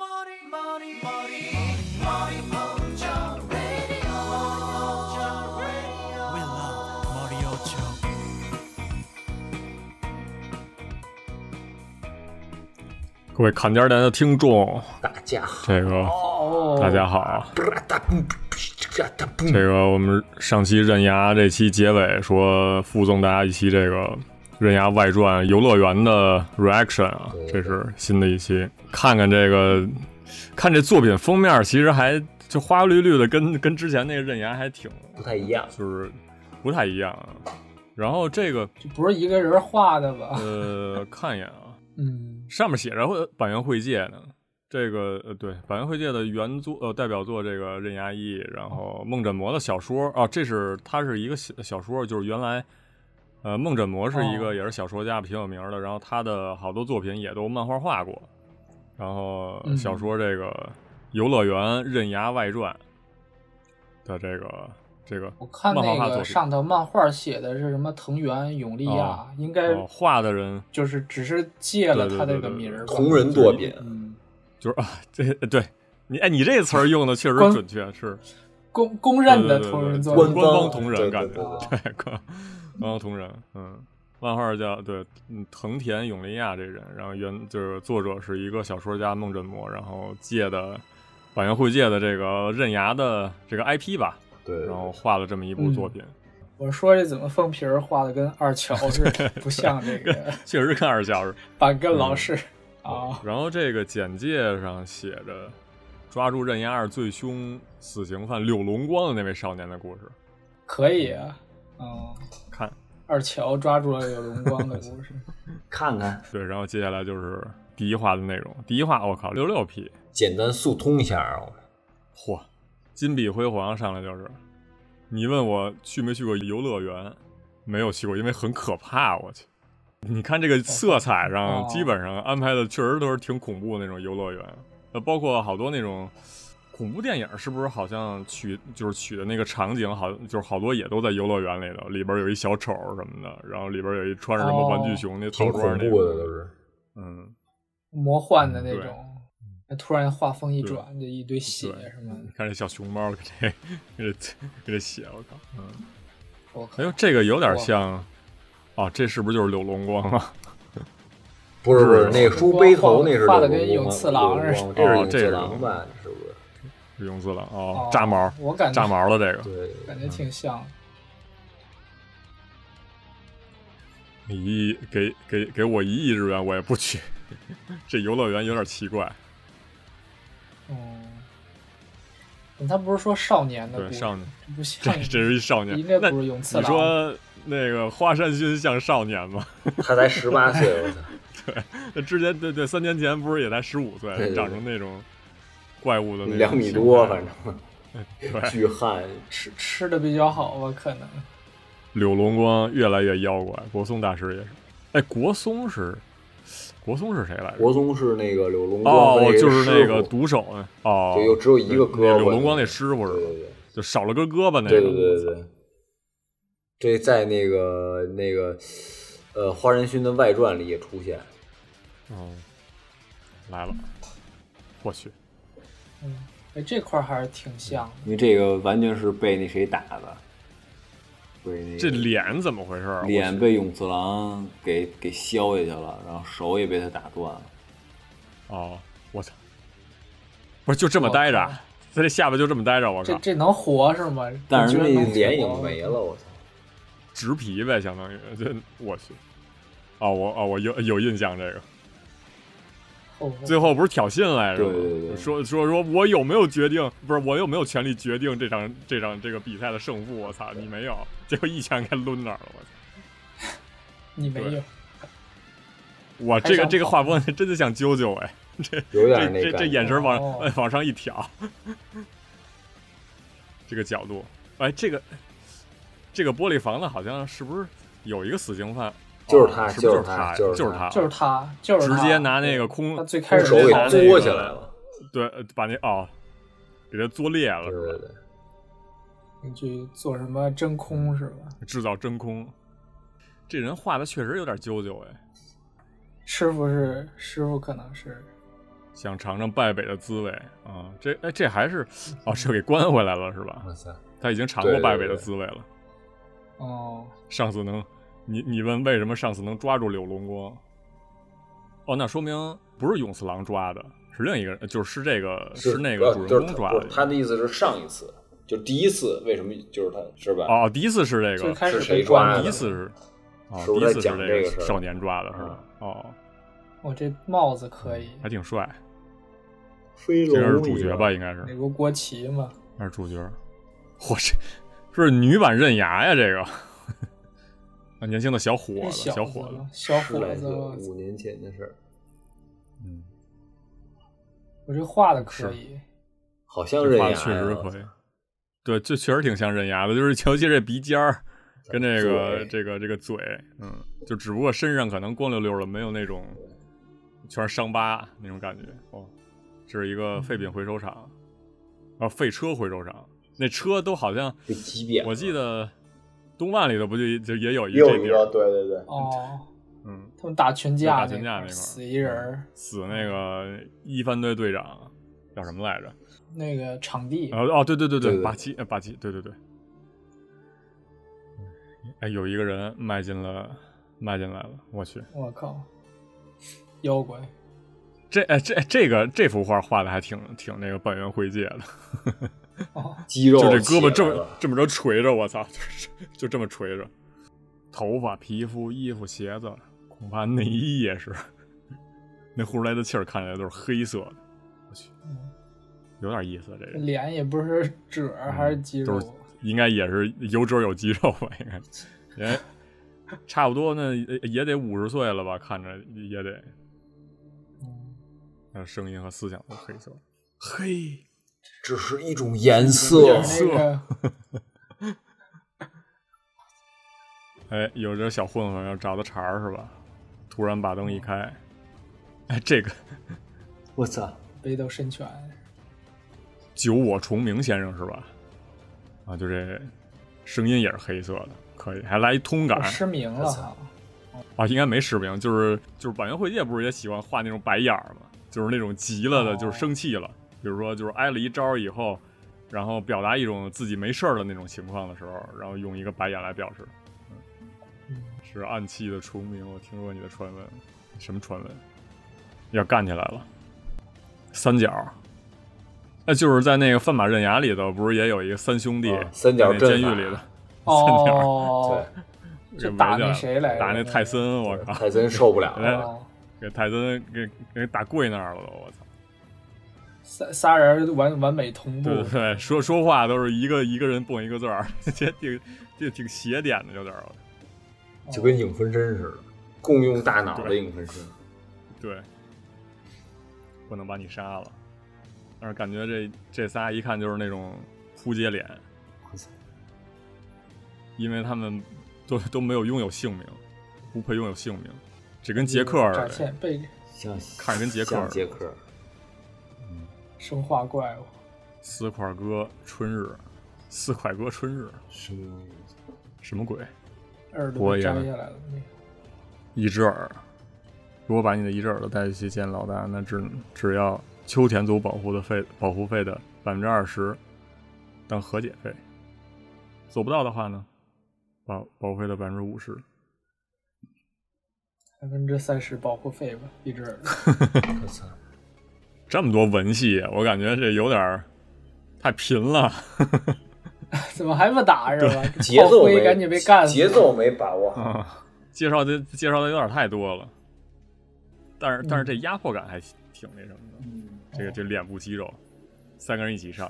머리 머리 머리 머리 먼저 radio 먼저 radio We love Mario Show。各位砍尖儿台的听众，大家这个好，大家好，这这个我们上期刃牙这期结尾说附送大家一期这个《刃牙外传》游乐园的 reaction 啊，这是新的一期，看看这个，看这作品封面，其实还就花花绿绿的，跟跟之前那个刃牙还挺不太一样，就是不太一样啊。然后这个这不是一个人画的吧？呃，看一眼啊，嗯，上面写着会呃板垣惠介呢。这个呃，对，板垣惠介的原作呃代表作这个《刃牙一》，然后梦枕魔的小说啊，这是他是一个小小说，就是原来呃梦枕魔是一个哦也是小说家挺有名的，然后他的好多作品也都漫画画过，然后嗯小说这个《游乐园刃牙外传》的这个这个我看漫画那作品个上头漫画写的是什么藤原永利亚，哦应该哦画的人就是只是借了对对他这对个对名儿吧。同人作品，嗯，就是啊，这对你哎，你这个词儿用的确实光准确，是公公认的同人作品官官方方同人对对感觉，对对对 官官方同人，嗯，漫画叫对，嗯，藤田永林亚这人，然后原就是作者是一个小说家梦枕魔，然后借的板垣惠介的这个刃牙的这个 IP 吧，对然后画了这么一嗯部作品，我说这怎么封皮儿画的跟二乔似的，不像 这个确实看二小时。板根老师啊。然后这个简介上写着，抓住刃牙二最凶死刑犯柳龙光的那位少年的故事，可以啊，嗯，看二乔抓住了柳荣光的 故事，看看，对，然后接下来就是第一话的内容。第一话，我靠，六六 P，简单速通一下啊，嚯，金碧辉煌，上来就是，你问我去没去过游乐园，没有去过，因为很可怕，我去。你看这个色彩上，哦基本上安排的确实都是挺恐怖的那种游乐园，呃，包括好多那种恐怖电影，是不是好像取就是取的那个场景好，就是好多也都在游乐园里头，里边有一小丑什么的，然后里边有一穿着什么玩具哦熊那挺套装恐那怖个，的都是，嗯，魔幻的那对种。突然画风一对转，就一堆血对什么的你，看这小熊猫给这 给这给这血，我靠！嗯，我哎靠呦，！这个有点像，哦，这是不是就是柳龙光啊？不是不是，那书背头那是画得跟柳永次郎似的柳哦龙这这是是永次郎吧？是不是？是永次郎哦哦，炸毛，我感觉炸毛了这个。对，感觉挺像。一亿给给给我一亿日元，我也不去。 这游乐园有点奇怪，嗯，他不是说少年的故对，事，少年，这不像这这是一少年应该。那不是你永次郎说那个花山薰像少年吗？ 他才十八岁，我操，那之前对对，三年前不是也才十五岁对，对长成那种怪物的那种两米形多，态 反正巨汉，吃吃的比较好吧？可能柳龙光越来越妖怪，国松大师也是。哎，国松是国松是谁来着？国松是那个柳龙光和哦，就是那师个傅毒手呢。哦，对，又只有一个对胳膊，那柳龙光那师傅是对吧？对对。就少了根胳膊那个。对对对对，对，这在那个那个呃《花人勋的外传》里也出现，嗯，来了，我去，哎这块儿还是挺像的。因为这个完全是被那谁打的，被那个这脸怎么回事啊？脸被永次郎给给削下去了，然后手也被他打断了。我哦，我操！不是就这么待着啊我靠？他这下巴就这么待着，我这靠，这能活是吗？但是我觉得那能脸已活经没了，我操！植皮呗，相当于这我去。哦，我哦，我有有印象这个。哦最后不是挑衅来着吗？对对对说说说我有没有决定？不是我有没有权利决定这场这场这个比赛的胜负？我操，你没有，结果一拳给抡那儿了，我操！你没对有，我这还个想这个画风真的想揪揪哎，这有点这感这觉。眼神往、哦哎往上一挑，这个角度，哎，这个这个玻璃房子好像是不是有一个死刑犯？就是他哦是不是就是是他他呀，就是就是他就是他，就是直他接拿那个空，他最开把始手给拿那个嘬起来了，对，呃把那哦，给他作裂了对是吧对？对，你去做什么真空是吧？制造真空。这人画的确实有点啾啾哎，师傅是师傅，可能是想尝尝败北的滋味啊。这哎，这还是哦，这给关回来了是吧？哇塞，他已经尝过对对败北的对滋味了。哦，上次能，你你问为什么上次能抓住柳龙光？哦，那说明不是永次郎抓的，是另一个人，就是是这个是那个主不人就公是抓不是他的。的意思是上一次，就第一次为什么就是他是吧？哦，第一次是这最个，开始是谁被抓的第一次是，哦，是第不一是在次是讲这个事个儿嗯少年抓的是吧？哦，我这帽子可以，嗯还挺帅，飞这是主角吧？应该美是，国国旗嘛，那是主角。我这是女版刃牙呀，这个。 啊，年轻的小伙子，这小小伙子，子，小十伙来子，岁，我五年前的事儿，嗯，我这画的可以，好像这刃画牙的确实呀可以。对，这确实挺像刃牙的，就是尤其这鼻尖儿跟这个嘴这个这个嘴，嗯，就只不过身上可能光溜溜的，没有那种全是伤疤那种感觉。哦，这是一个废嗯品回收厂，啊，废车回收厂，那车都好像被畸变了。我记得动漫里头不就就也有一又这一地个，，儿对对对，哦，嗯，他们打群就架打那群块架那儿块儿死一人儿，死那个一番队队长叫什么来着？那个场地然后哦，对对对对对八七呃八七，对对对。哎，有一个人迈进了，迈进来了，我去，我靠，妖怪！这哎这这个这幅画画的还挺挺那个半圆会界 的，哦，肌肉就这起来胳膊了，这么这么着垂着，我操，就是就这么垂着，头发、皮肤、衣服、鞋子，恐怕内衣也是，那呼出来的气儿看起来都是黑色的，我去，有点意思，这人脸也不是褶儿还是肌都肉是，应该也是有褶有肌肉吧，应该 也差不多呢，也也得五十岁了吧，看着也得，嗯呃，声音和思想都黑色，嘿，只是一种嗯颜色嗯就。是那个哎，有点小混混要找他茬儿是吧？突然把嗯灯一开，哎，这个我操！北斗神拳，啊九我重明先生是吧？啊，就这声音也是黑色的，可以，还来一通感我，失明了哈，啊，应该没失明，就是就是板垣惠介不是也喜欢画那种白眼儿吗？就是那种急了的，哦就是生气了，比如说就是挨了一招以后，然后表达一种自己没事儿的那种情况的时候，然后用一个白眼来表示。嗯是暗器的重名，我听说你的传闻，什么传闻？要干起来了，三角。那就是在那个范马刃牙里头，不是也有一个三兄弟、啊三角在那监阵狱法里的 哦，给就围打起来那了谁来着？打那泰那森，我对，靠！泰森受不了个，哎了，哦，给泰森给给打跪那儿了都，我操！仨仨人完完美同步，对对对，说说话都是一个一个人蹦一个字儿， 这挺这挺邪点的，有点儿。哦就跟影分身似的，共用大脑的影分身。对，不能把你杀了，但是感觉这这仨一看就是那种扑街脸，因为他们都都没有拥有姓名，不配拥有姓名，只跟杰克展尔现被像看着跟杰克像杰克，生化怪物，四块哥春日，四块哥春日什么什么鬼？耳我朵也摘下来了，那个一只耳。如果把你的一只耳朵带去见老大，那只只要秋田族保护的费保护费的百分之二十当和解费，做不到的话呢，保保护费的百分之五十。百分之三十保护费吧，一只耳 朵。我操！这么多文戏，我感觉这有点儿太贫了。怎么还不打是吧？节奏炮灰没赶紧被干死。节奏没把握好，啊， 介绍的介绍的有点太多了，但嗯是但是这压迫感还挺那什么的。这哦个这脸部肌肉，三个人一起上，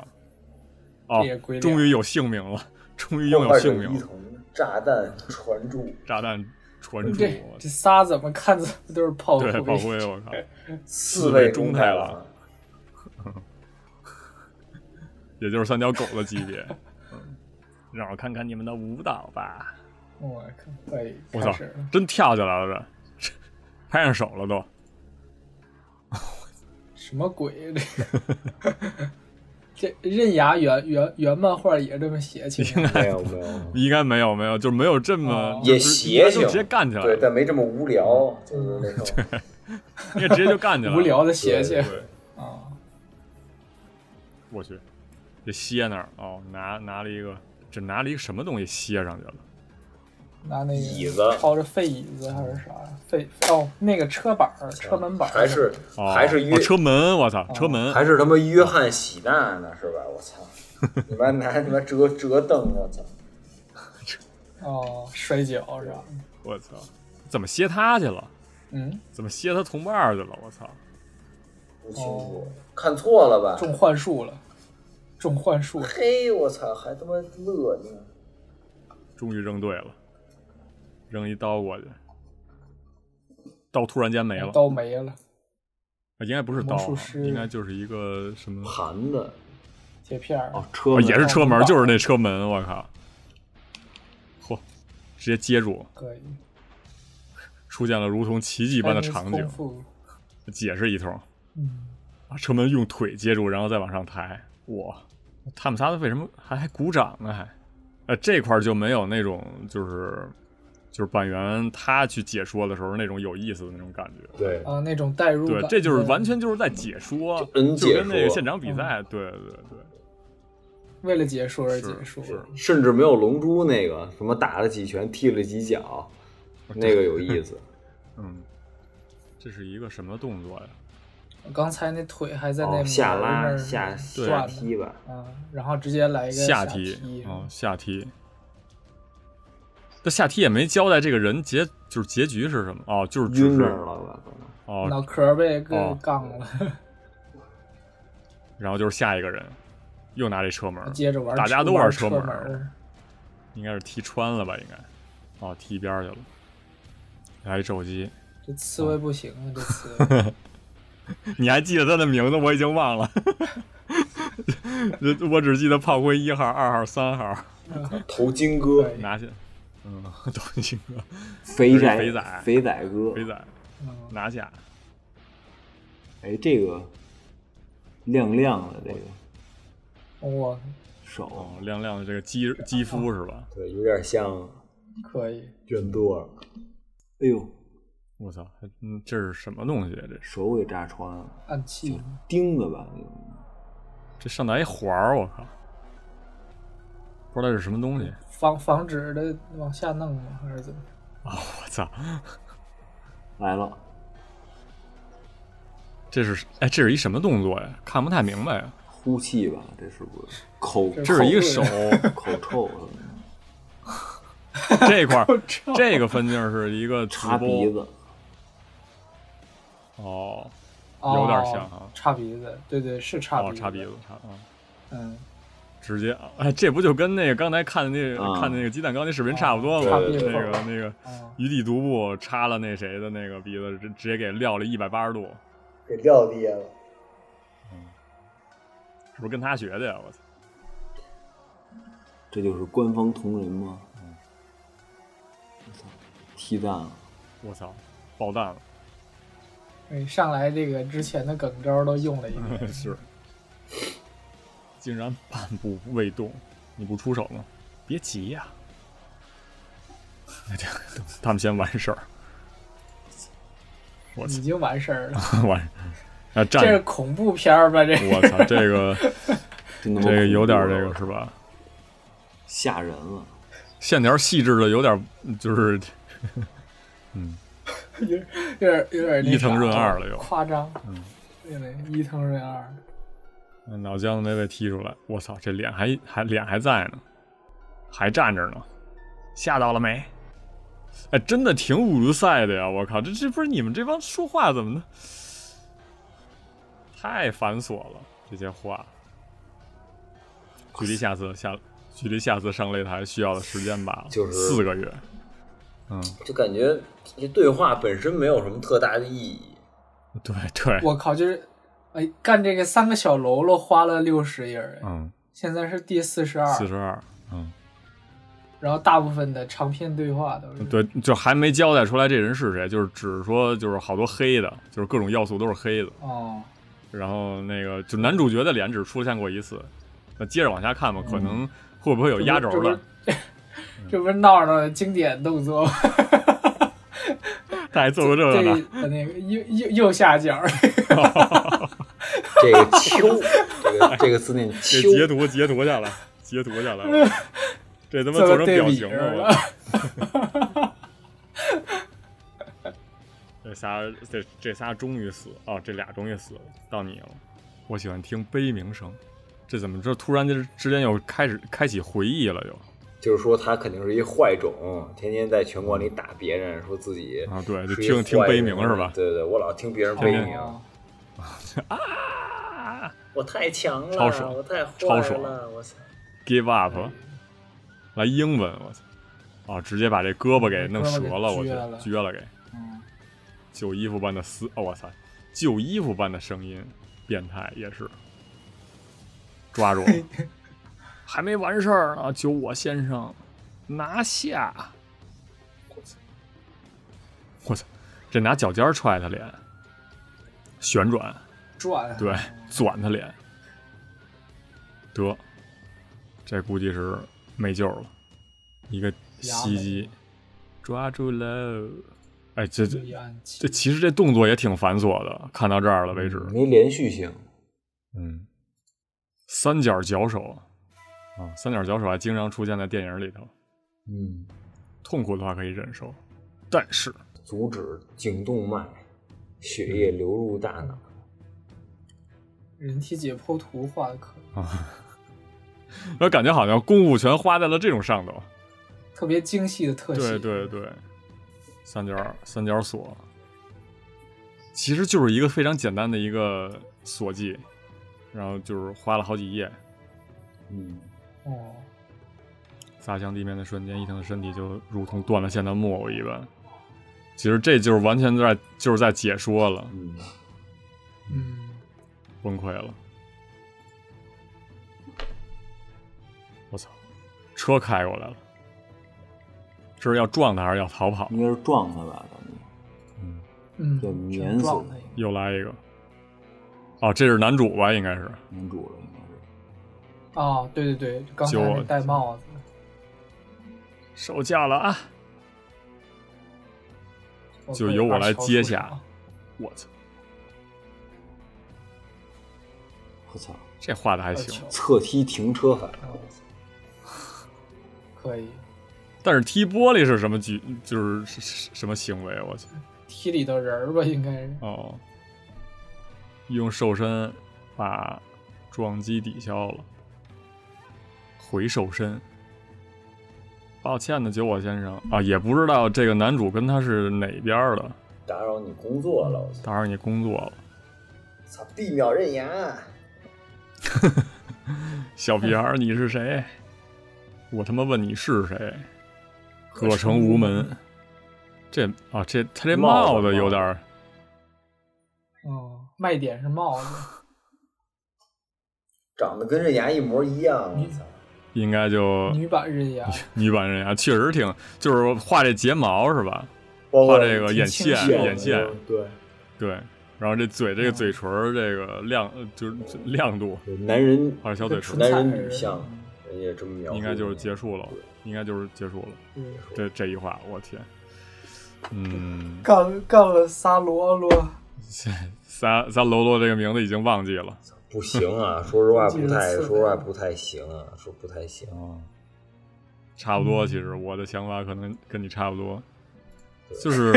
哦这个鬼，脸终于有姓名了，终于拥有姓名一了。同炸弹传注，炸弹传出，这嗯这仨怎么看怎么都是炮灰。对炮灰，我靠，四位位中中太太郎郎，也就是三条狗的级别。嗯让我看看你们的舞蹈吧！我靠！哎，我开操始了，真跳起来了，这拍上手了都。什么鬼？这个这刃牙原原原漫画也这么写情 吗？没有没有，应该没有没有，就没有这么哦就也是邪就性直接干起来对，了，嗯但没这么无聊，就是那种应该直接就干起来了。无聊的写对写对，我去，这歇那儿哦，拿拿了一个，这拿了一个什么东西歇上去了？拿那个椅子掏着废椅子还是啥呀？废哦，那个车板儿、车门板儿还是哦，还是约哦车门，我操，车门，还是他妈约翰喜纳呢是吧？ 我操，你妈拿你妈折折凳，我操！哦，摔跤是吧？我操，怎么歇他去了？嗯，怎么歇他同伴儿去了？我操！不清楚，看错了吧？哦中幻术了，中幻术了。嘿，我操，还他妈乐呢！终于扔对了，扔一刀过去，刀突然间没了，哎刀没了，啊应该不是刀魔术啊，师应该就是一个什么，盘子铁片儿、哦，车哦门也是车门，哦就是那车门，我靠！嚯，直接接住，可以。出现了如同奇迹一般的场景。解释一通，嗯，把车门用腿接住，然后再往上抬。哇，他们仨为什么还还鼓掌呢？还，呃，这块儿就没有那种就是就是板垣他去解说的时候那种有意思的那种感觉。对，啊，那种代入对感，，这就是完全就是在解说，嗯就跟那解个说嗯现场比赛，对对对，为了解说而解是说。是甚至没有龙珠那个什么打了几拳踢了几脚，哦那个有意思。嗯，这是一个什么动作呀？刚才那腿还 在那哦，门下那拉儿下下转呢踢吧，啊，然后直接来一个嗯下踢踢，哦，下踢。这下踢也没交代这个人结就是结局是什么哦，就是只晕那是儿了吧？可能哦，脑壳儿被给哦杠了，然后就是下一个人又拿这车门，接着玩哦大家都玩玩车门门儿，应该是踢穿了吧？应该，哦，踢一边儿去了。来一手机，这刺猬不行啊，这刺 猬你还记得他的名字？我已经忘了， 这我只记得炮灰一号、二号、三号头巾哥，对拿下。嗯，东西哥，肥这是肥仔肥仔哥，肥仔嗯拿下，哎，这个亮亮的这个哇，手，哦，亮亮的这个肌肌肤是吧？啊对，有点像可以，卷舵。哎呦，我操，还嗯，这是什么东西啊？这是手给扎穿了，暗器钉子吧？这上头还一环儿，我靠，不知道这是什么东西。防防止的往下弄吗？还是怎么？哦，我操，来了，这是哎，这是一什么动作呀？看不太明白 呀。呼气吧？这是不是口？这这是一个手口，口臭什么的，这块儿我操这个分镜是一个直擦鼻播子，哦，哦有点像啊插鼻子，对对是插哦，插鼻子子，，插啊，嗯，直接哎，这不就跟那个刚才看的那个、啊看的那个鸡蛋糕那视频差不多吗？插鼻子那个那个啊，余地独步插了那谁的那个鼻子，直直接给撂了一百八十度，给撂地下了。是不是跟他学的呀？我操！这就是官方同人吗？我操，踢蛋了，我操，爆弹了！哎，上来这个之前的梗招都用了一遍， 是，竟然半步未动，你不出手吗？别急呀、 那这样他们先完事儿，我已操，经完事 儿了。完啊这是站！恐怖片儿吧？这我操，这 个真他妈这个有点恐怖啊这个了是吧？吓人了。线条细致的有点就是有点有点那伊藤润啥二了又夸张，嗯，对对，伊藤润二，脑浆子没被踢出来，我操，这脸还还脸还在呢，还站着呢，吓到了没？哎，真的挺五路赛的呀！我靠，这这不是你们这帮说话怎么的？太繁琐了，这些话。距离下次下，距离下次上擂台需要的时间吧，就是四个月。就感觉这对话本身没有什么特大的意义。对对， 我靠，就是，哎，干这个三个小喽啰花了六十页儿，哎嗯，现在是第四十四二，十二，嗯。然后大部分的长篇对话都是，嗯对，就还没交代出来这人是谁，就是只是说就是好多黑的，就是各种要素都是黑的。哦，然后那个就男主角的脸只出现过一次，那接着往下看吧，嗯可能会不会有压轴这不的？这不嗯这不是闹闹的经典动作吗？ 他还做过这个这呢，嗯呃那个右右右下角儿， 这个秋，这个这个字念这秋，截图截图下来，截图下来了，这他妈做成对表比情了是我吧。这仨这这仨终于死哦，这俩终于死了，到你了。我喜欢听悲鸣声，这怎么这突然之之间又开始开启回忆了又就是说他肯定是一坏种，天天在拳馆里打别人，说自己啊？对，就是一听听坏悲人鸣是吧？对对对，我老听别人悲鸣，哦我太强了，超爽我太坏超爽了，我操！ Give up，来英文，我操！啊，直接把这嗯胳膊给弄折了，我去，撅了给。嗯旧衣服般的撕，哦，我操！旧衣服般的声音，变态也是。抓住我，还没完事儿呢，九我先生，拿下！我操！我操！这拿脚尖儿踹他脸，旋转，转啊对，转他脸，得，这估计是没救了，一个袭击，抓住喽！哎，这这一按起这其实这动作也挺繁琐的，看到这儿了为止，没连续性，嗯，三角绞手啊，三角绞手还经常出现在电影里头，嗯，痛苦的话可以忍受，但是阻止颈动脉血液流入大脑，人体解剖图画的可嗯我感觉好像功夫全花在了这种上头，特别精细的特写，对对对，三角三角锁，其实就是一个非常简单的一个锁技，然后就是花了好几页，嗯，哦，砸向地面的瞬间，伊藤的身体就如同断了线的木偶一般。其实这就是完全在就是在解说了，嗯，嗯，崩溃了。我操，车开过来了，这是要撞他还是要逃跑？应该是撞他吧，咱们嗯，对碾死撞的一又来一个，哦，这是男主吧？应该是男嗯主了，应该是个啊，对对对，刚才就那戴帽子，受教了啊！我就可以由我二来乔接出下场我操，我操，这画的还二行乔，侧踢停车法，可以，但是踢玻璃是什么举，就是是是什么行为？啊我去，踢里头人儿吧，应该是哦，用瘦身把撞击抵消了，回瘦身。抱歉的九我先生啊，也不知道这个男主跟他是哪边儿的，打扰你工作了，我操，打扰你工作了，操，地秒刃牙，小屁孩儿你是谁？我他妈问你是谁？葛城无门。这啊，这他这帽帽子子有点儿哦，卖点是帽子， 长得跟刃牙一模一样，我操！应该就女版刃牙，女版人牙，啊确实挺就是画这睫毛是吧？包画括这个挺眼清线秀的眼线，对，对，然后这嘴这个嘴唇儿这个亮呃就是这亮度，男人画小嘴唇这儿，男唇人女相，人家这么描述，应该就是结束了，应该就是结束了。嗯这这一画，我天， 嗯，干干了仨罗罗，三三罗罗这个名字已经忘记了。不行啊，说实话不太，记得说刺实话不太行啊，说不太行，哦差不嗯多，其实我的想法可能跟你差不 多，就是，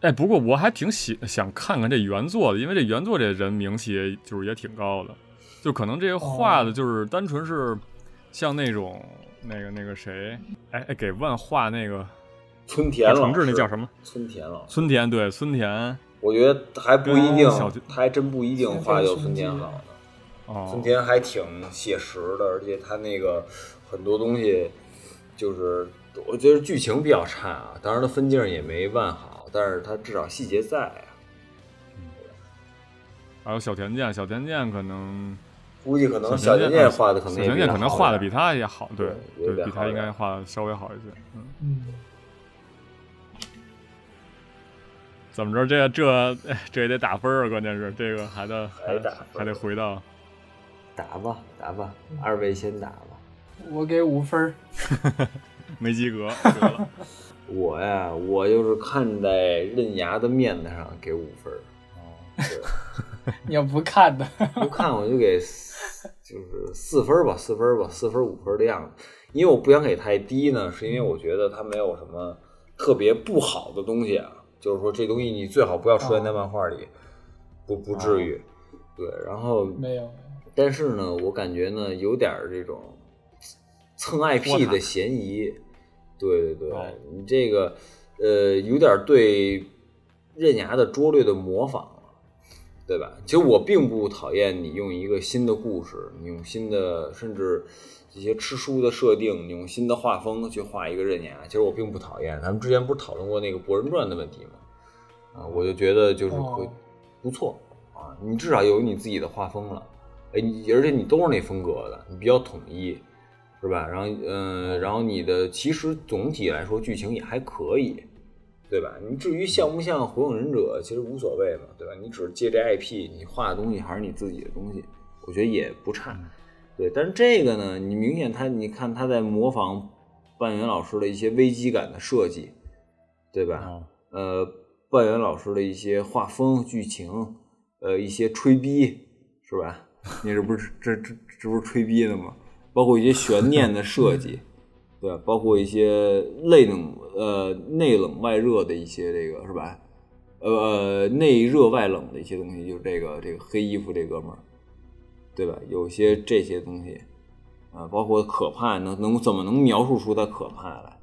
哎，不过我还挺喜想看看这原作的，因为这原作这人名气也就是也挺高的，就可能这个画哦的就是单纯是像那种那个那个谁，哎哎，给万画那个村田老重师置那叫什么？村田老师，村田，对村田，我觉得还不一定跟小，他还真不一定画有村田好呢。哦，村田还挺写实的，而且他那个很多东西，就是我觉得剧情比较差啊，当然他分镜也没万好，但是他至少细节在啊。还有小田健，小田健可能估计可能小田田健健画的可能小也田健可能好画的点比他也好，对对有点比好他应点该画的稍微好一些，嗯。嗯，怎么着这这哎这也得打分儿啊！关键是这个还得还还打得分儿还得回到打吧打吧，二位先打吧。我给五分儿，没及格，得了我呀，我就是看在刃牙的面子上给五分儿。哦，你要不看的，不看我就给四就是四分儿吧，四分儿吧，四分儿五分儿的样子。因为我不想给太低呢，是因为我觉得它没有什么特别不好的东西啊，就是说这东西你最好不要出现在漫画里，不不至于。对，然后 没有，但是呢，我感觉呢有点儿这种蹭 IP 的嫌疑。对对对，你这个呃有点儿对刃牙的拙劣的模仿了，对吧？其实我并不讨厌你用一个新的故事，你用新的甚至一些吃书的设定，你用新的画风去画一个刃牙，其实我并不讨厌。咱们之前不是讨论过那个《博人传》的问题吗？啊，我就觉得就是会、哦不错啊，你至少有你自己的画风了。哎，你而且你都是那风格的，你比较统一，是吧？然后，嗯、然后你的其实总体来说剧情也还可以，对吧？你至于像不像《火影忍者》，其实无所谓嘛，对吧？你只是借这 IP，你画的东西还是你自己的东西，我觉得也不差。对，但是这个呢，你明显他，你看他在模仿半圆老师的一些危机感的设计，对吧？呃，半圆老师的一些画风、剧情，呃，一些吹逼，是吧？你这不是这这这不是吹逼的吗？包括一些悬念的设 嗯计，对吧，包括一些内冷呃内冷外热的一些这个是吧？呃呃内热外冷的一些东西，就是这个这个黑衣服这哥们儿，对吧？有些这些东西，啊、包括可怕，能能怎么能描述出它可怕来？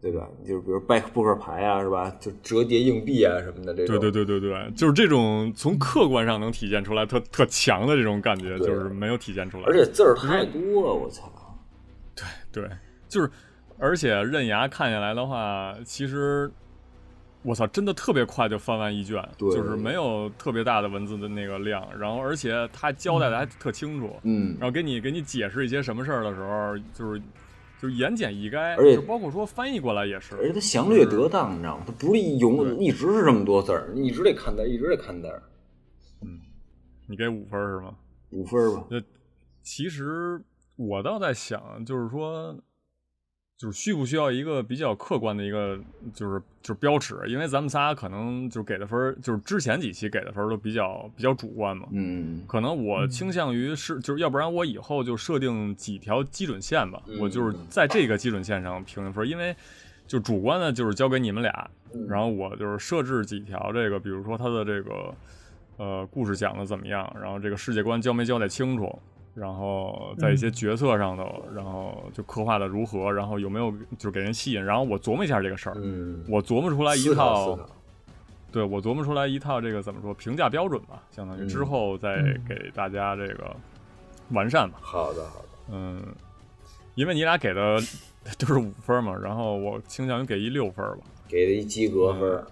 对吧？就是比如掰扑克牌啊，是吧？就折叠硬币啊什么的这种。对对对对对，就是这种从客观上能体现出来特特强的这种感觉，对就是没有体现出来。而且字儿太多了，我操！对，就是，而且刃牙看下来的话，其实我操，真的特别快就翻完一卷，对就是没有特别大的文字的那个量，然后而且他交代的还特清楚，嗯然，后给你给你解释一些什么事儿的时候，就是就是言简意赅，而且就包括说翻译过来也是，而且它详略得当，你知道吗？它不是一永一直是这么多字儿，你一直得看字儿，一直得看字儿，你给五分儿是吗？五分儿吧。那其实我倒在想，就是说，就是需不需要一个比较客观的一个，就是就是标尺，因为咱们仨可能就给的分儿，就是之前几期给的分儿都比较比较主观嘛。嗯，可能我倾向于是，就是要不然我以后就设定几条基准线吧，嗯我就是在这个基准线上评分，因为就主观的，就是交给你们俩，嗯然后我就是设置几条这个，比如说它的这个呃故事讲的怎么样，然后这个世界观交没交代清楚，然后在一嗯些角色上头，然后就刻画的如何，然后有没有就是给人吸引，然后我琢磨一下这个事儿，嗯，我琢磨出来啊一思考套思考对我琢磨出来一套这个怎么说评价标准吧，相当于嗯之后再给大家这个完善吧。好的好的，嗯，因为你俩给的 都是五分嘛，然后我倾向于给一六分吧。给了一及格分儿。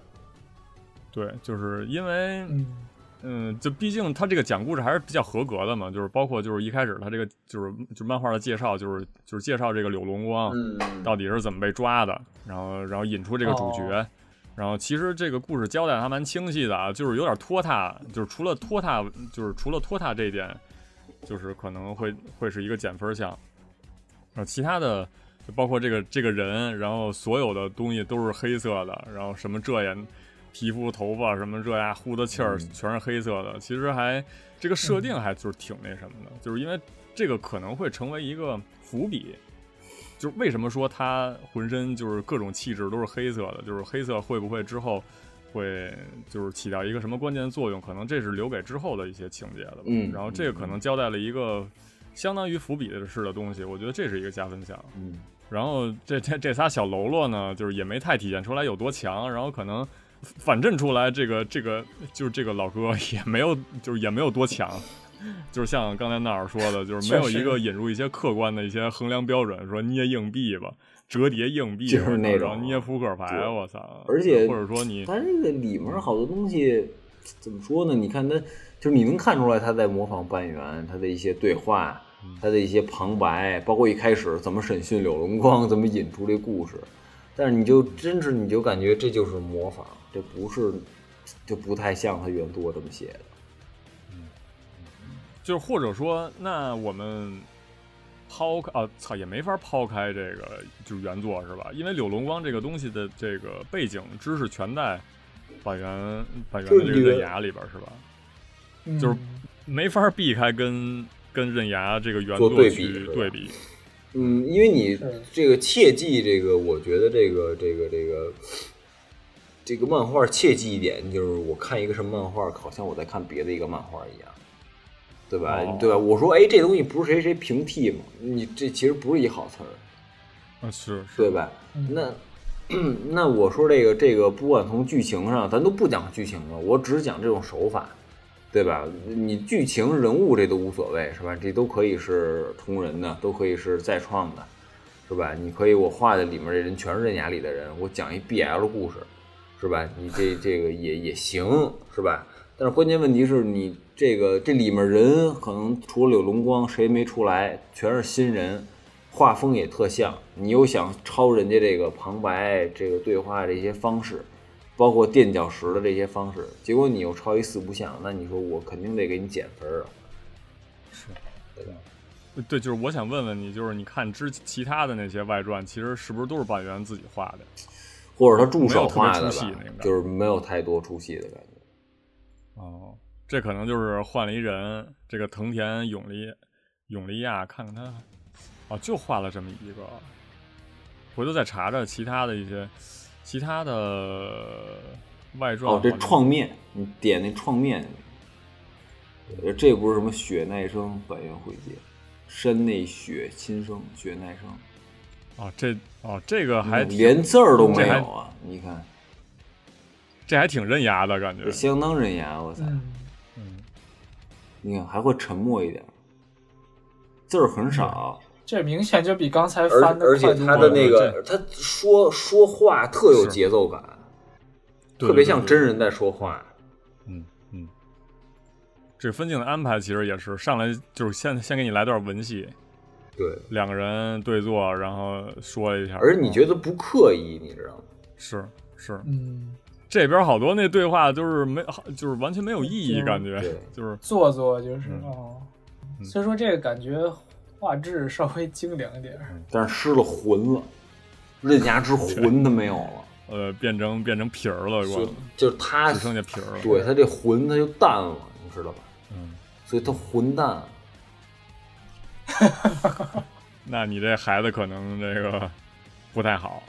对，就是因为嗯，嗯，就毕竟他这个讲故事还是比较合格的嘛，就是包括就是一开始他这个就是就是漫画的介绍，就是就是介绍这个柳龙光，嗯，到底是怎么被抓的，然后然后引出这个主角。然后其实这个故事交代得还蛮清晰的啊，就是有点拖沓，就是除了拖沓，就是除了拖沓这一点，就是可能会会是一个减分项。然后其他的就包括这个这个人，然后所有的东西都是黑色的，然后什么这也皮肤、头发什么这呀呼的气儿嗯全是黑色的。其实还这个设定还就是挺那什么的，就是因为这个可能会成为一个伏笔，就是为什么说他浑身就是各种气质都是黑色的，就是黑色会不会之后会就是起到一个什么关键的作用？可能这是留给之后的一些情节的吧。嗯然后这个可能交代了一个相当于伏笔的式的东西，我觉得这是一个加分项。嗯，然后这这这仨小喽啰呢，就是也没太体现出来有多强，然后可能反衬出来这个这个就是这个老哥也没有就是也没有多强，就是像刚才那儿说的，就是没有一个引入一些客观的一些衡量标准，说捏硬币吧，折叠硬币，就是那然后种捏扑克牌，对我操，而且或者说你它这个里面好多东西怎么说呢？你看它，就是你能看出来他在模仿半圆，他的一些对话，他的一些旁白，包括一开始怎么审讯柳龙光，怎么引出这故事。但是你就真是你就感觉这就是模仿，这不是，就不太像他原作这么写的。就是或者说，那我们抛开啊，操，也没法抛开这个就是原作是吧？因为柳龙光这个东西的这个背景知识全在板垣板垣的这这个个刃牙里边是吧？嗯就是没法避开跟跟刃牙这个原做作对比去是吧对比。嗯，因为你是这个切记这个，我觉得这个这个这个这个漫画切记一点，就是我看一个什么漫画，好像我在看别的一个漫画一样，对吧？哦对吧？我说哎，这东西不是谁谁平替嘛，你这其实不是一好词儿，啊，是是，对吧？那 那我说这个这个，不管从剧情上，咱都不讲剧情了，我只讲这种手法，对吧？你剧情人物这都无所谓，是吧？这都可以是同人的，都可以是再创的，是吧？你可以我画的里面这人全是刃牙里的人，我讲一 BL 故事，是吧？你这这个也也行，是吧？但是关键问题是你这个这里面人可能除了柳龙光谁没出来，全是新人，画风也特像。你又想抄人家这个旁白、这个对话这些方式，包括垫脚石的这些方式，结果你又抄一四不像，那你说我肯定得给你减分儿啊。对，就是我想问问你，就是你看之其他的那些外传，其实是不是都是板垣自己画的？或者他助手画没有特别的出戏吧那个，就是没有太多出戏的感觉。哦，这可能就是换了一人，这个藤田永利永利亚，看看他，哦，就画了这么一个。回头再查查其他的一些其他的外传。哦，这好像创面，你嗯点那创面，呃这不是什么雪奈生、板垣惠介、山内雪亲生、雪奈生，哦，这哦这个还挺嗯嗯连字儿都没这还有啊！你看，这还挺刃牙的感觉这。相当人牙，我操！嗯，你看还会沉默一点儿，字儿很少，这明显就比刚才嗯而翻的而且快多他的了那个他说说话特有是节奏感，对特别对像对真人在说话。嗯嗯，这分镜的安排其实也是上来就是先先给你来段文戏，对，两个人对坐，然后说一下。啊而你觉得不刻意，你知道吗？是是，嗯，这边好多那对话都是没，好就是完全没有意义，嗯感觉对就是做作就是嗯哦，嗯所以说这个感觉画质稍微精良一点儿，但是失了魂了，刃牙之魂他没有了，呃变成变成皮儿了，就我就是他只剩下皮儿了。对他这嗯魂他就淡了，你知道吧？嗯，所以他混蛋。那你这孩子可能这个不太好。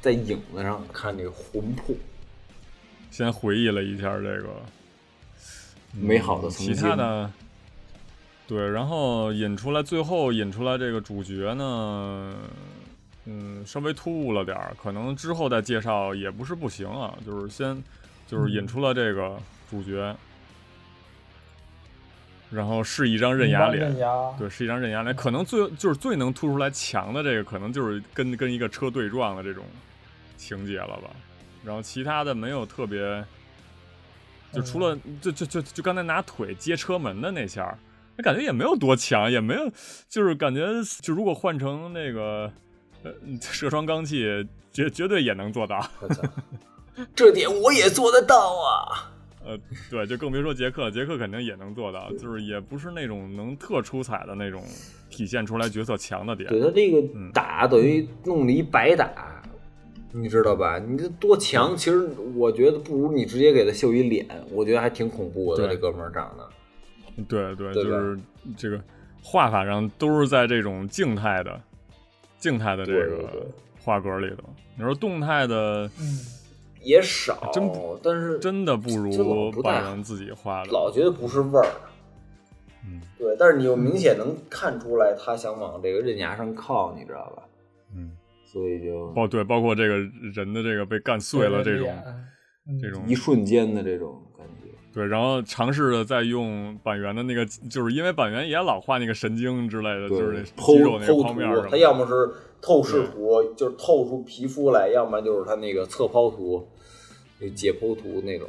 在影子上看这个魂魄，先回忆了一下这个嗯美好的曾其经他的，对，然后引出来，最后引出来这个主角呢，嗯，稍微突兀了点儿，可能之后再介绍也不是不行啊，就是先就是引出了这个主角，然后是一张刃牙一般刃脸。牙，对，是一张刃牙脸，可能最就是最能突出来强的这个，可能就是跟跟一个车对撞的这种情节了吧。然后其他的没有特别，就除了就就就就刚才拿腿接车门的那下儿，那感觉也没有多强，也没有，就是感觉就如果换成那个呃 射双罡气，绝绝对也能做到。 我操，这点我也做得到啊！呃，对，就更别说杰克，杰克肯定也能做到，就是也不是那种能特出彩的那种体现出来角色强的点。对他这个嗯打等于弄了一白打，你知道吧？你这多强，其实我觉得不如你直接给他秀一脸，我觉得还挺恐怖的。对这哥们儿长得，对对，对就吧是这个画法上都是在这种静态的、静态的这对对对个画格里头。你说动态的，嗯，也少，真不但是真的不这如老不板大垣自己画的。老觉得不是味儿。嗯对，但是你又明显能看出来他想往这个刃牙上靠，你知道吧？嗯，所以就包对，包括这个人的这个被干碎了这脸种这种一瞬间的这种感觉。对，然后尝试着再用板垣的那个，就是因为板垣也老画那个神经之类的，就是那对，肌肉剖那个剖方面什图，么他的。要么是透视图，就是透出皮肤来，要么就是他那个侧剖图、那解剖图那种。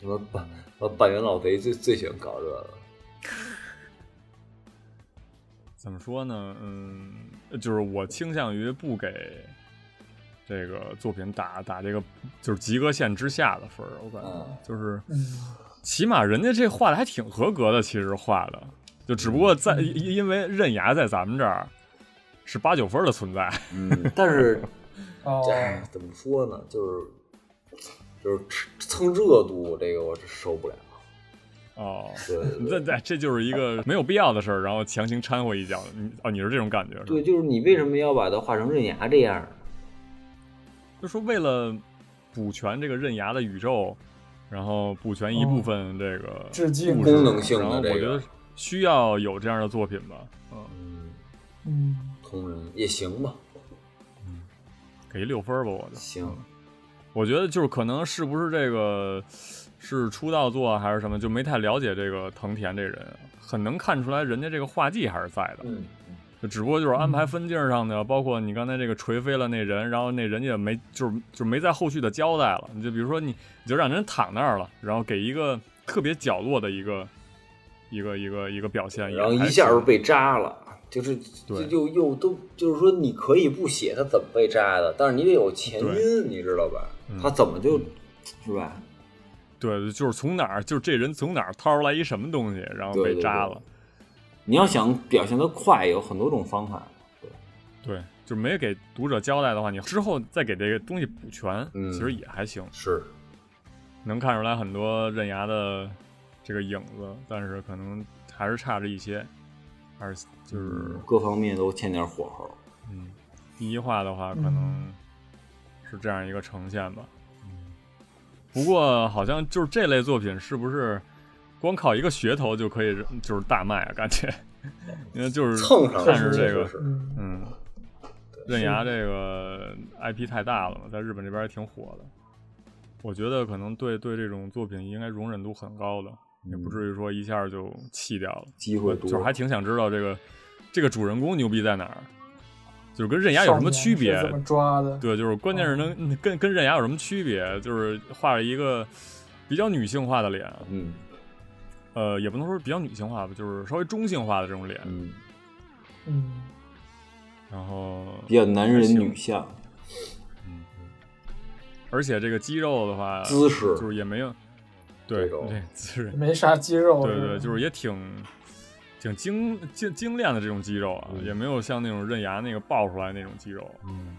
什么板嗯呃板垣老贼最最喜欢搞这个，怎么说呢？嗯，就是我倾向于不给这个作品打打这个就是及格线之下的分儿，我感觉嗯就是嗯起码人家这画的还挺合格的，其实画的就只不过在因因为刃牙在咱们这儿是八九分儿的存在，嗯， 但是哦，哎，怎么说呢，就是就是蹭蹭热度，这个我是受不了。啊、哦，对对对 你这这这就是一个没有必要的事儿，然后强行掺和一脚，你哦，你是这种感觉是吧？对，，就是你为什么要把它画成刃牙这样呢？就说为了补全这个刃牙的宇宙，然后补全一部分这个致敬故事哦功能性的然后这个我觉得需要有这样的作品吧，嗯，嗯，嗯，同人也行吧，给六分儿吧，我就行，我觉得就是可能是不是这个是出道作啊还是什么，就没太了解这个藤田这人，很能看出来人家这个画技还是在的，嗯，就只不过就是安排分镜上的，包括你刚才这个锤飞了那人，然后那人也没就是就是没在后续的交代了。你就比如说你你就让人躺那儿了，然后给一个特别角落的一个一个一个一个表现，然后也还一下就行被扎了，就是就对又又都就是说你可以不写他怎么被扎的，但是你得有前因，你知道吧？嗯他怎么就，是吧？对，就是从哪儿就是这人从哪儿掏出来一什么东西，然后对被对扎对了。你要想表现的快，有很多种方法。对，就没给读者交代的话，你之后再给这个东西补全，嗯其实也还行，是，能看出来很多刃牙的这个影子，但是可能还是差着一些，还是就是各方面都欠点火候。嗯，第一话的话可能是这样一个呈现吧。不过好像就是这类作品是不是光靠一个噱头就可以就是大卖啊？感觉，因为就是蹭上看是着这个是是嗯嗯，刃牙这个 IP 太大了嘛，在日本这边也挺火的。我觉得可能对对这种作品应该容忍度很高的，也嗯不至于说一下就弃掉了。机会多，就是还挺想知道这个这个主人公牛逼在哪儿，就是跟刃牙有什么区别少年是？怎么哦抓的？对，就是关键是能嗯跟跟刃牙有什么区别？就是画了一个比较女性化的脸，嗯呃，也不能说比较女性化吧，就是稍微中性化的这种脸，嗯，嗯，然后比较男人还行女相，而且这个肌肉的话，姿势啊就是也没有，对这种对姿势，没啥肌肉。对对对，就是是也挺挺精精精炼的这种肌肉啊，嗯也没有像那种刃牙那个爆出来那种肌肉。嗯，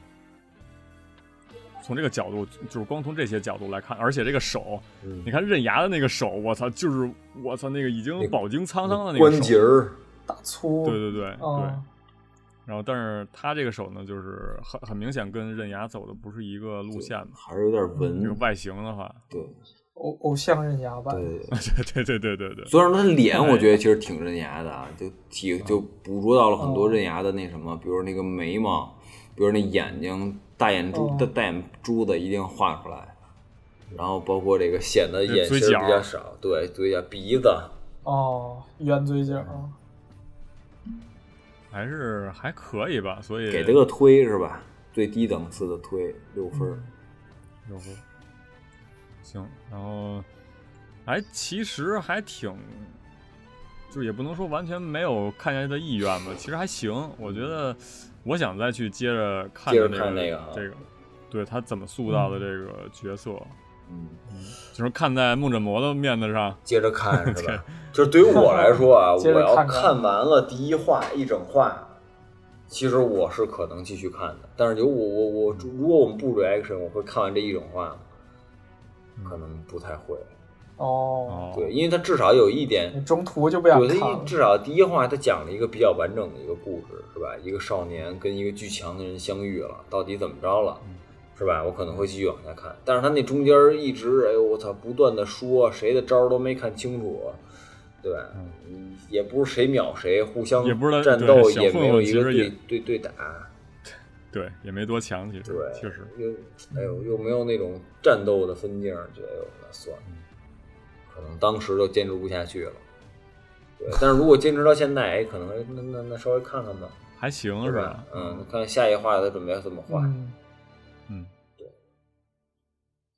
从这个角度，就是光从这些角度来看，而且这个手，嗯你看刃牙的那个手，我操，就是我操那个已经饱经沧桑的那个关手节儿，大粗。对对对对。哦然后，但是他这个手呢，就是很很明显跟刃牙走的不是一个路线嘛。还是有点这个文，外形的话， 对偶偶像刃牙吧，对。 对对对对对，虽然他脸，我觉得其实挺刃牙的啊，就体就捕捉到了很多刃牙的那什么，比如那个眉毛，比如那眼睛大眼珠哦大大眼珠子一定画出来，然后包括这个显得眼嘴型角比较少，对嘴角、鼻子，哦，圆嘴嗯角，啊还是还可以吧。所以给他个推是吧？最低档次的推六分儿，嗯有过。行，然后，哎，其实还挺，就是也不能说完全没有看下去的意愿吧，其实还行。我觉得我想再去接着看接着这看那这个啊个，对他怎么塑造的这个角色，嗯，就是看在梦枕魔的面子上，接着 看是吧？就是对于我来说啊，接着我要看看看完了第一话一整话，其实我是可能继续看的。但是有我我我，如果我们不 reaction，我会看完这一整话吗？可能不太会。嗯哦，哦，对，因为它至少有一点你中途就不想对看他了一，至少第一话他讲了一个比较完整的一个故事，是吧？一个少年跟一个巨强的人相遇了，到底怎么着了，嗯是吧？我可能会继续往下看，但是他那中间一直，哎呦我操，不断的说谁的招儿都没看清楚，对吧？嗯也不是谁秒谁，互相也不知道战对斗小也混没有混一其个实也对对对打，对，也没多强，其实对，确实，又哎呦又没有那种战斗的分镜，觉得哎呦那算了，可能当时就坚持不下去了。对，但是如果坚持到现在，哎，可能那那那稍微看看吧，还行是是吧吧？？嗯，看下一话他准备要怎么画。嗯，嗯，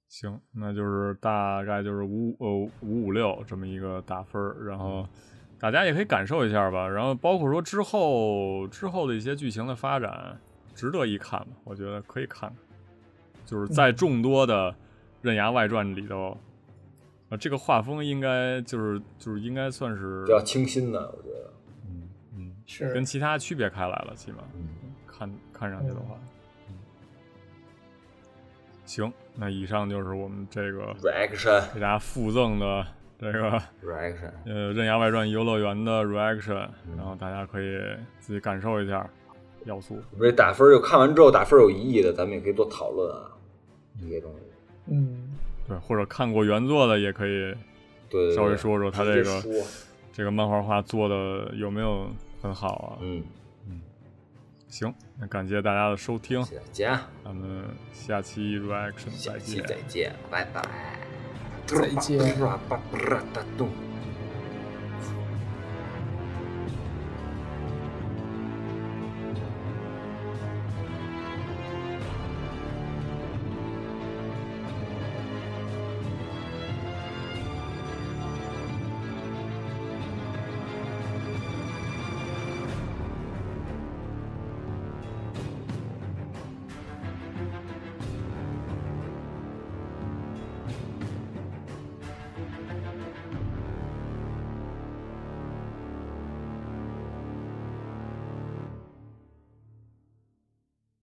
行，那就是大概就是五呃五五六这么一个打分儿，然嗯后大家也可以感受一下吧。然后包括说之后之后的一些剧情的发展，值得一看吧，我觉得可以看看。就是在嗯众多的《刃牙外传》里头，呃，这个画风应该就是就是应该算是比较清新的，我觉得。嗯嗯是跟其他区别开来了，起码看看上去的话，嗯嗯行，那以上就是我们这个 reaction 给大家附赠的这个 reaction，呃《刃牙外传》游乐园的 reaction，然后大家可以自己感受一下要素。我们这打分儿有看完之后打分儿有疑义的，咱们也可以多讨论啊，这些东西。嗯，对，或者看过原作的也可以对对对，稍微说说他这直接个说这个漫画画做的有没有很好啊？嗯，行，那感谢大家的收听，再见，咱们下期 reaction 下再期见再。见，拜拜。再见。巴布拉巴布拉达咚。